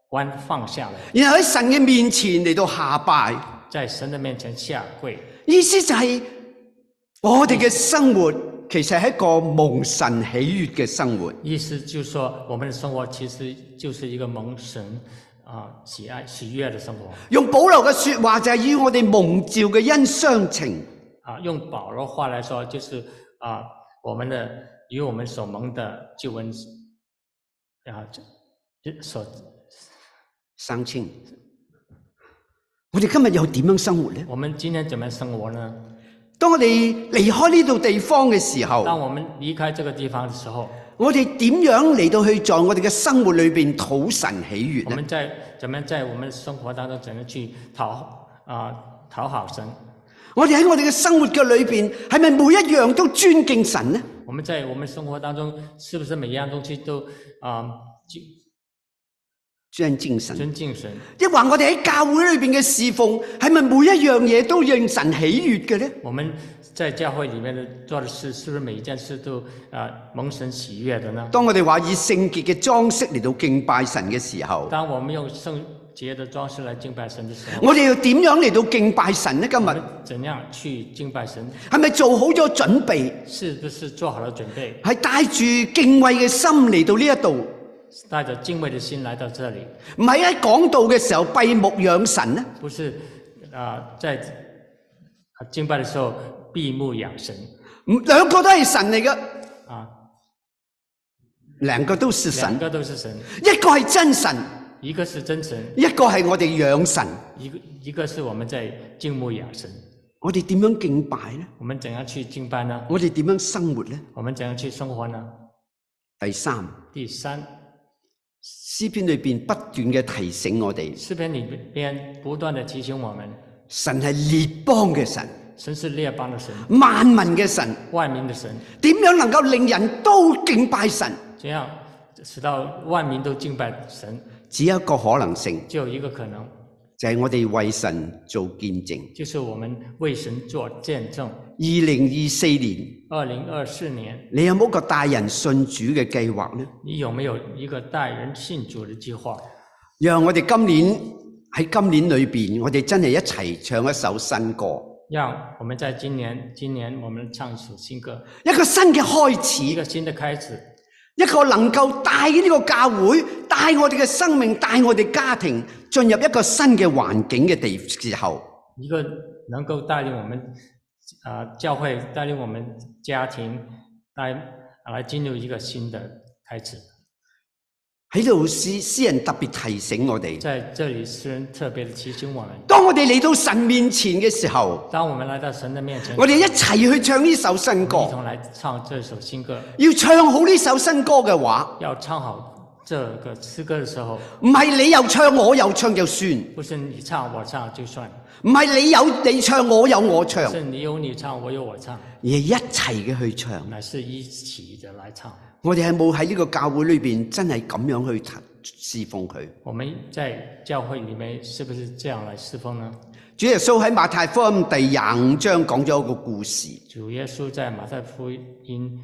S2: 冠放下来，
S3: 然後喺神嘅面前嚟到下拜。
S2: 在神的面前下跪。
S3: 意思就係我哋嘅生活其實係一個蒙神喜悅嘅生活。
S2: 意思就是说，我们的生活其实就是一个蒙神啊、喜爱喜悦的生活
S3: 用保羅嘅说話就係與我哋蒙召嘅恩相情。
S2: 啊、用保罗话来说，就是啊、我们的与我们所蒙的救恩啊，这这所
S3: 生千，我哋今日又點樣生活呢？
S2: 我们今天怎么样生活呢？
S3: 當我哋離開呢度地方嘅時
S2: 当
S3: 候，
S2: 我们离开这个地方的时候。
S3: 我哋點樣嚟到去在我哋嘅生活裏边討神喜悅
S2: 我
S3: 呢？
S2: 们在怎么样在我们生活当中怎么去讨啊、讨好神？
S3: 我哋喺我哋嘅生活嘅裏边，係咪每一樣都尊敬神呢？
S2: 我们在我们生活当中是不是每一样东西都啊、就
S3: 尊敬神，
S2: 尊敬神？
S3: 抑或我哋喺教會裏边嘅侍奉，係咪每一樣嘢都讓神喜悅嘅呢？
S2: 我们在教会里面的做的事，是不是每一件事都啊、蒙神喜悦的呢？
S3: 當我哋話以聖潔嘅裝飾嚟到敬拜神嘅時候，
S2: 当我们用圣洁的装饰来敬拜神的时候，
S3: 我哋要點樣嚟到敬拜神呢？今
S2: 我
S3: 日
S2: 们怎样去敬拜神？
S3: 係咪做好咗準備？
S2: 是不是做好了准备，
S3: 係帶住敬畏嘅心嚟到呢一度，
S2: 带着敬畏的心来到这里？
S3: 唔係喺講道嘅時候閉目養神呢？
S2: 不是啊、在啊敬拜的时候闭目养神
S3: 唔兩個都係神嚟嘅，
S2: 啊，
S3: 兩個都是
S2: 两
S3: 神，
S2: 个都是神，
S3: 一個係真神，
S2: 一个是真神，
S3: 一個係我哋養神。
S2: 一个一个是我们在敬慕养神。
S3: 我哋點樣敬拜呢？
S2: 我们怎样去敬拜呢？
S3: 我哋點樣生活呢？
S2: 我们怎样去生活呢？
S3: 第三，
S2: 第三，
S3: 詩篇裏面不斷嘅提醒我哋，
S2: 诗篇里边不断的提醒我们，
S3: 神係列邦嘅神，
S2: 神是列邦的神，
S3: 萬民嘅神，
S2: 万民的神。
S3: 點樣能夠令人都敬拜神？
S2: 怎样使到万民都敬拜神？
S3: 只有一個可能性，
S2: 只有一个可能，
S3: 就係我哋為神做見證。
S2: 就是我们为神做见证。
S3: 二零二四年，
S2: 二零二四年，
S3: 你有冇一個帶人信主嘅計劃呢？
S2: 你有没有一个带人信主的计划？
S3: 讓我哋今年喺今年裏面，我哋真係一齊唱一首新歌，
S2: 让我们在今年，今年我们唱一首新歌，
S3: 一個新嘅開
S2: 一
S3: 始，
S2: 个新的开始，
S3: 一個能夠帶呢個教會、帶我哋嘅生命、帶我哋家庭進入一個新嘅環境嘅地時候，
S2: 一个能够带领我们啊、呃教会，带领我们家庭，带啊来进入一个新的开始。
S3: 喺度詩詩人特別提醒我哋，
S2: 在这里，诗人特别的提醒我们：
S3: 當我哋嚟到神面前嘅時候，
S2: 当我们来到神的面前，
S3: 我哋一齊去唱呢首新歌
S2: 一。同来唱这首新歌。
S3: 要唱好呢首新歌嘅話，
S2: 要唱好这个诗歌的时候，
S3: 唔係你又唱我又唱就算，
S2: 不是你唱我唱就算，
S3: 唔係你有你唱我有我唱，而
S2: 是你有你唱，我有我唱，
S3: 係一齊嘅去唱。
S2: 乃是一起的来唱。
S3: 我哋係冇喺呢個教會裏面真係咁樣去侍奉佢。
S2: 我们在教会里面是不是这样来侍奉呢？
S3: 主耶穌喺馬太福音第廿五章講咗一個故事，
S2: 主耶稣在马太福音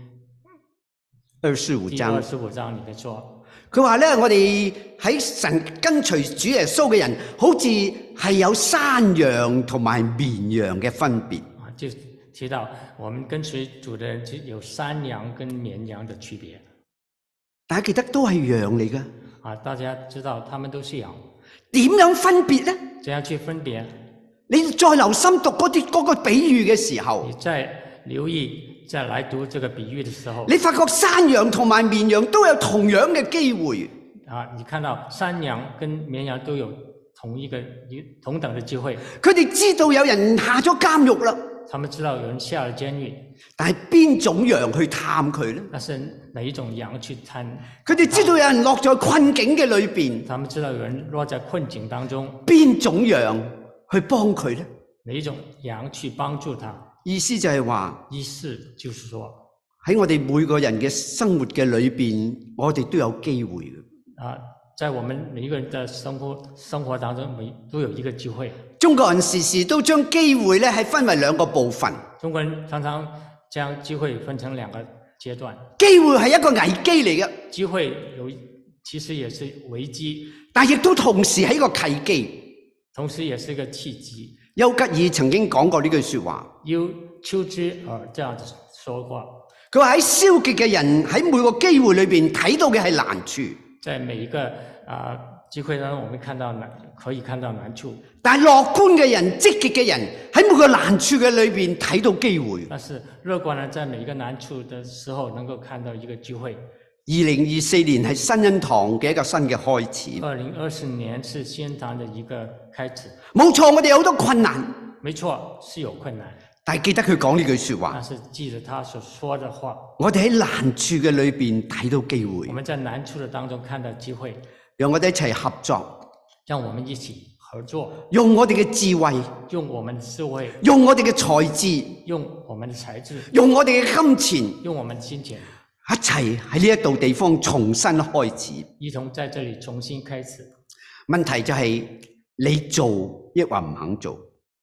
S3: 二十五
S2: 第二
S3: 章，
S2: 十五章里面说，
S3: 佢話呢，我哋喺神跟隨主耶穌嘅人，好似係有山羊同埋綿羊嘅分別。
S2: 啊，就提到我们跟随主的人就有山羊跟绵羊的区别
S3: 大家記得都係羊嚟㗎，
S2: 啊。大家知道他们都是羊，
S3: 點樣分別呢？
S2: 怎样去分别？
S3: 你再留心讀嗰啲嗰個比喻嘅時候
S2: 你，在留意再来讀这个比喻的时候，
S3: 你發覺山羊同埋綿羊都有同樣嘅機會，
S2: 啊，你看到山羊跟绵羊都有同一个一同等的机会，
S3: 佢哋知道有人下咗監獄啦，
S2: 他们知道有人下了监狱，
S3: 但係邊種羊去探佢呢？
S2: 但是哪一种羊去贪？
S3: 佢哋知道有人落在困境嘅裏面，
S2: 他们知道有人落在困境当中，
S3: 邊種羊去幫佢呢？
S2: 哪一种羊去帮助他？
S3: 意思就係話
S2: 意思就是说，
S3: 喺我哋每個人嘅生活嘅裏面，我哋都有機會嘅。
S2: 啊，在我们每一个人的生活生活当中，每都有一个机会。
S3: 中國人時時都將機會咧係分為兩個部分，
S2: 中国人常常将机会分成两个阶段，
S3: 機會係一個危機嚟嘅，
S2: 机会有其实也是危机，
S3: 但亦都同時係一個契機。
S2: 同时也是一个契机。
S3: 丘吉爾曾經講過呢句説話，
S2: 有丘之尔这样子说过，
S3: 佢話喺消極嘅人喺每個機會裏面睇到嘅係難處，
S2: 在每一个啊、机会当中，我们看到难，可以看到难处，
S3: 但係樂觀嘅人、積極嘅人喺每個難處嘅裏面睇到機會。
S2: 但是乐观呢，在每一个难处的时候，能够看到一个机会。
S3: 二零二四年係新恩堂嘅一個新嘅開始，
S2: 二零二四年是仙堂的一个开始，
S3: 冇錯，我哋有好多困難，
S2: 没错，是有困難，
S3: 但係記得佢講呢句説話
S2: 但，是记着他所说的话，
S3: 我哋喺難處嘅裏面睇到機
S2: 我
S3: 會，
S2: 们在难处的当中看到机会，
S3: 讓我哋一齊合作，
S2: 让我们一起合作，
S3: 用我哋嘅智慧，
S2: 用我们的智慧，
S3: 用我哋嘅才智，
S2: 用我们的才智，
S3: 用我哋嘅金錢，
S2: 用我们的金钱，
S3: 一齊喺呢一度地方重新開始。
S2: 一同在这里重新开始。
S3: 問題就係你做抑或唔肯做，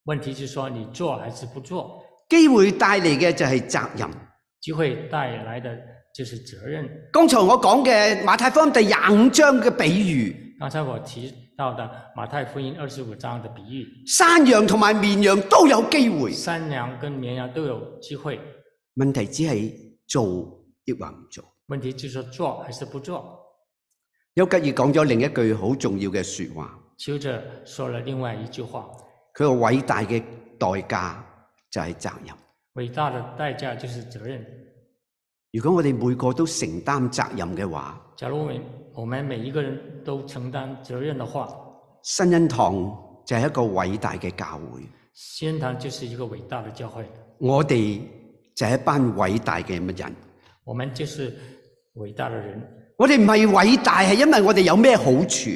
S2: 问题是说你做还是不做？
S3: 機會帶嚟嘅就係責任。
S2: 机会带来的就是责任。
S3: 剛才我講嘅馬太福音第廿五章嘅比喻，
S2: 刚才我提到的马太福音二十五章的比喻，
S3: 山羊同埋綿羊都有機會，
S2: 山羊跟绵羊都有机会，
S3: 問題只係做抑或唔做。
S2: 问题就是说做还是不做。
S3: 丘吉爾講咗另一句好重要嘅说話，
S2: 丘吉尔说了另外一句话：
S3: 佢個偉大嘅代價就係責任。
S2: 伟大的代价就是责任。
S3: 如果我哋每個都承擔責任嘅話，
S2: 假如我们我们每一个人都承担责任的话，
S3: 新恩堂就係一個偉大嘅教會，
S2: 仙堂就是一个伟大的教会，
S3: 我哋就係一班偉大嘅人。
S2: 我们就是伟大的人
S3: 我哋唔係偉大，係因為我哋有咩好處？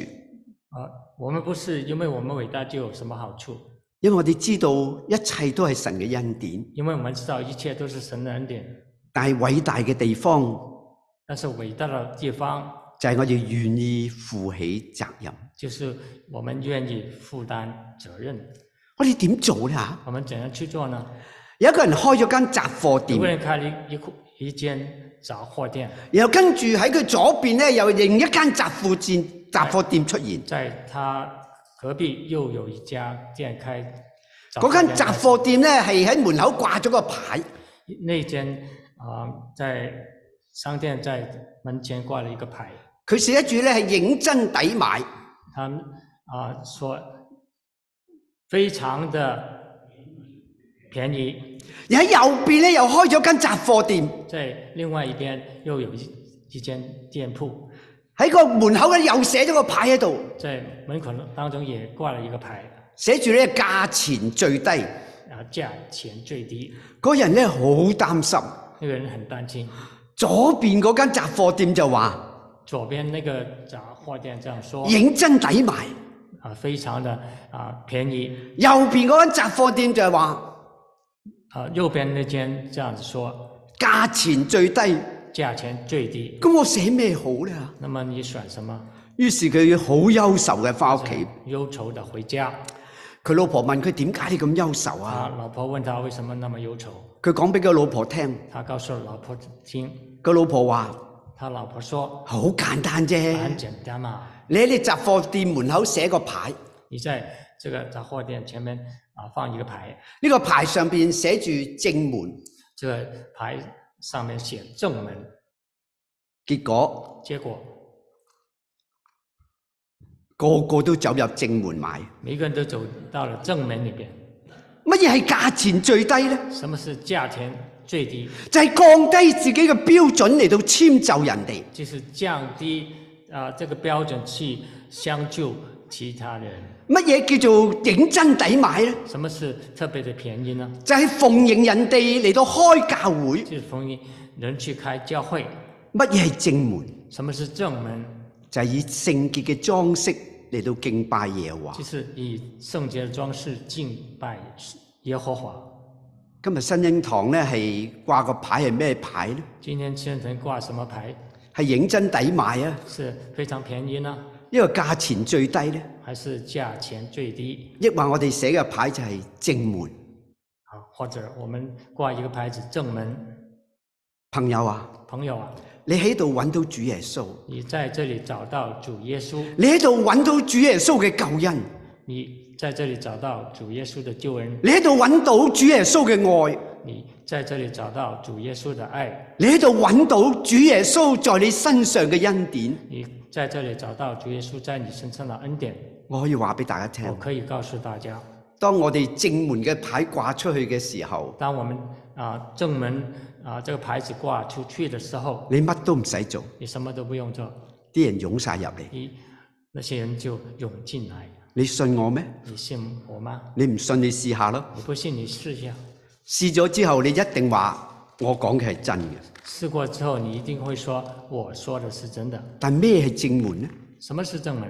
S2: 啊！我们不是因为我们伟大就有什么好处，
S3: 因為我哋知道一切都係神嘅恩典。
S2: 因为我们知道一切都是神的恩典。
S3: 但係偉大嘅地方
S2: 但是伟大的地方
S3: 就係我哋願意負起責任。
S2: 就是我们愿意负担责任。
S3: 我哋點做呢？
S2: 我们怎样去做呢？
S3: 有一個人開咗間雜貨
S2: 有个
S3: 店，
S2: 人开了一一户一间杂货店，
S3: 然後跟住喺佢左邊咧又另一間雜貨店雜貨店出現。
S2: 在他隔壁又有一家店开杂货
S3: 嗰
S2: 店。
S3: 間雜貨店咧係喺門口掛咗個牌，
S2: 那间啊、在商店在门前挂了一个牌，
S3: 佢寫住咧係認真抵買，
S2: 他们啊、说非常的便宜。
S3: 然喺右邊咧又開咗間雜貨店，
S2: 在另外一边又有一一间店铺，
S3: 喺個門口咧又寫咗個牌喺度，
S2: 在门口当中也挂了一个牌，
S3: 寫住咧價錢最低。
S2: 啊，价钱最低。
S3: 嗰人咧好擔心，
S2: 那个人很担心。
S3: 左邊嗰間雜貨店就話
S2: 左边那个杂货店这样说，
S3: 認真抵買，
S2: 啊，非常的啊便宜。
S3: 右邊嗰間雜貨店就話
S2: 啊，右边那间这样子说，
S3: 價錢最低。
S2: 价钱最低。
S3: 咁我寫咩好呢？
S2: 那么你选什么？啊
S3: 於是佢好憂愁嘅翻屋企，
S2: 忧愁的回家。
S3: 佢老婆問佢點解你咁憂愁啊？
S2: 啊，老婆問他為什麼那麼憂愁，
S3: 佢講俾佢老婆聽，
S2: 他告訴老婆聽，
S3: 佢老婆話：
S2: 他老婆說
S3: 好簡單
S2: 很
S3: 啫，
S2: 簡單嘛，
S3: 你喺你雜貨店門口寫個牌，呢、
S2: 你在這個雜貨店前面啊放一個牌，
S3: 個牌上邊寫住正門，
S2: 這個牌上面寫正門，
S3: 結果
S2: 結果
S3: 個個都走入正門買。
S2: 每個人都走到了正門裏邊。
S3: 乜嘢係價錢最低呢？
S2: 什麼是價錢最低？
S3: 就係、降低自己嘅標準嚟到遷就人哋。
S2: 就是降低啊、这個標準去相救其他人。
S3: 乜嘢叫做認真抵買呢？
S2: 什麼是特別的便宜呢？
S3: 就係、奉迎人哋嚟到開教會。
S2: 就是逢迎人去開教會，
S3: 乜嘢係正門？
S2: 什麼是正門？
S3: 就係、以聖潔嘅裝飾嚟到敬拜耶和華
S2: 就。是以圣洁的装饰敬拜耶和华。
S3: 今日新英堂咧係掛個牌係咩牌呢？
S2: 今天千层挂什么牌
S3: 係認真抵買啊！
S2: 是非常便宜呢，
S3: 呢個價錢最低呢，
S2: 还是价钱最低
S3: 抑或我哋寫嘅牌就係正門。
S2: 啊？或者我们挂一个牌子正门，
S3: 朋友啊，
S2: 朋友啊，
S3: 你喺度揾到主耶穌，
S2: 你在这里找到主耶稣，
S3: 你喺度揾到主耶穌嘅救恩，
S2: 你在这里找到主耶稣的救恩，
S3: 你喺度揾到主耶穌嘅愛，
S2: 你在这里找到主耶稣的爱，
S3: 你喺度揾到主耶穌在你身上嘅恩典。
S2: 你在这里找到主耶稣在你身上的恩典。
S3: 我可以話俾大家
S2: 我
S3: 聽，
S2: 可以告诉大家，
S3: 當我哋正門嘅牌掛出去嘅時候，
S2: 当我们啊正门啊这个牌子挂出去的时候，
S3: 你乜都唔使做，
S2: 你什么都不用做，
S3: 啲人湧晒入嚟。
S2: 你那些人就涌进来。
S3: 你信我咩？
S2: 你信我吗？
S3: 你唔信你試下咯。
S2: 你不信你试一下，
S3: 試咗之後，你一定話我講嘅係真嘅。
S2: 试过之后你一定会说我说的是真的。
S3: 但咩係正門呢？
S2: 什么是正门？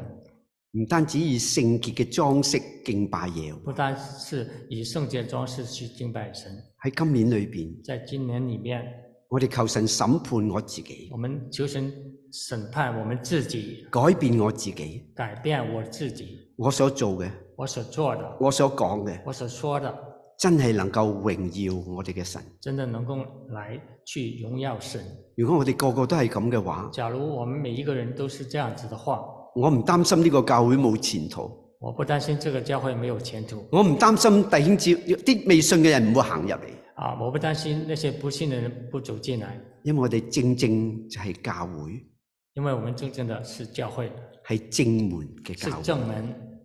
S3: 唔單止以聖潔嘅裝飾敬拜耶和
S2: 不单是以圣洁装饰去敬拜神，
S3: 華，喺今年裏面，
S2: 在今年里面，
S3: 我哋求神審判我自己，
S2: 我们求神审判我们自己，
S3: 改變我自己，
S2: 改变我自己，
S3: 我所做嘅，
S2: 我所做的，
S3: 我所講嘅，
S2: 我所说的，
S3: 真係能夠榮耀我哋嘅神。
S2: 真的能够来去荣耀神。
S3: 如果我哋個個都係咁嘅話，
S2: 假如我们每一个人都是這样子的话，
S3: 我唔擔心呢個教會冇前途，
S2: 我不担心这个教会没有前途。
S3: 我唔擔心弟兄姊啲未信嘅人唔會行入嚟，
S2: 啊，我不担心那些不信的人不走进来，
S3: 因為我哋正正就係教會，
S2: 因为我们真正的是教会，
S3: 係正門嘅
S2: 是
S3: 教會。
S2: 正门。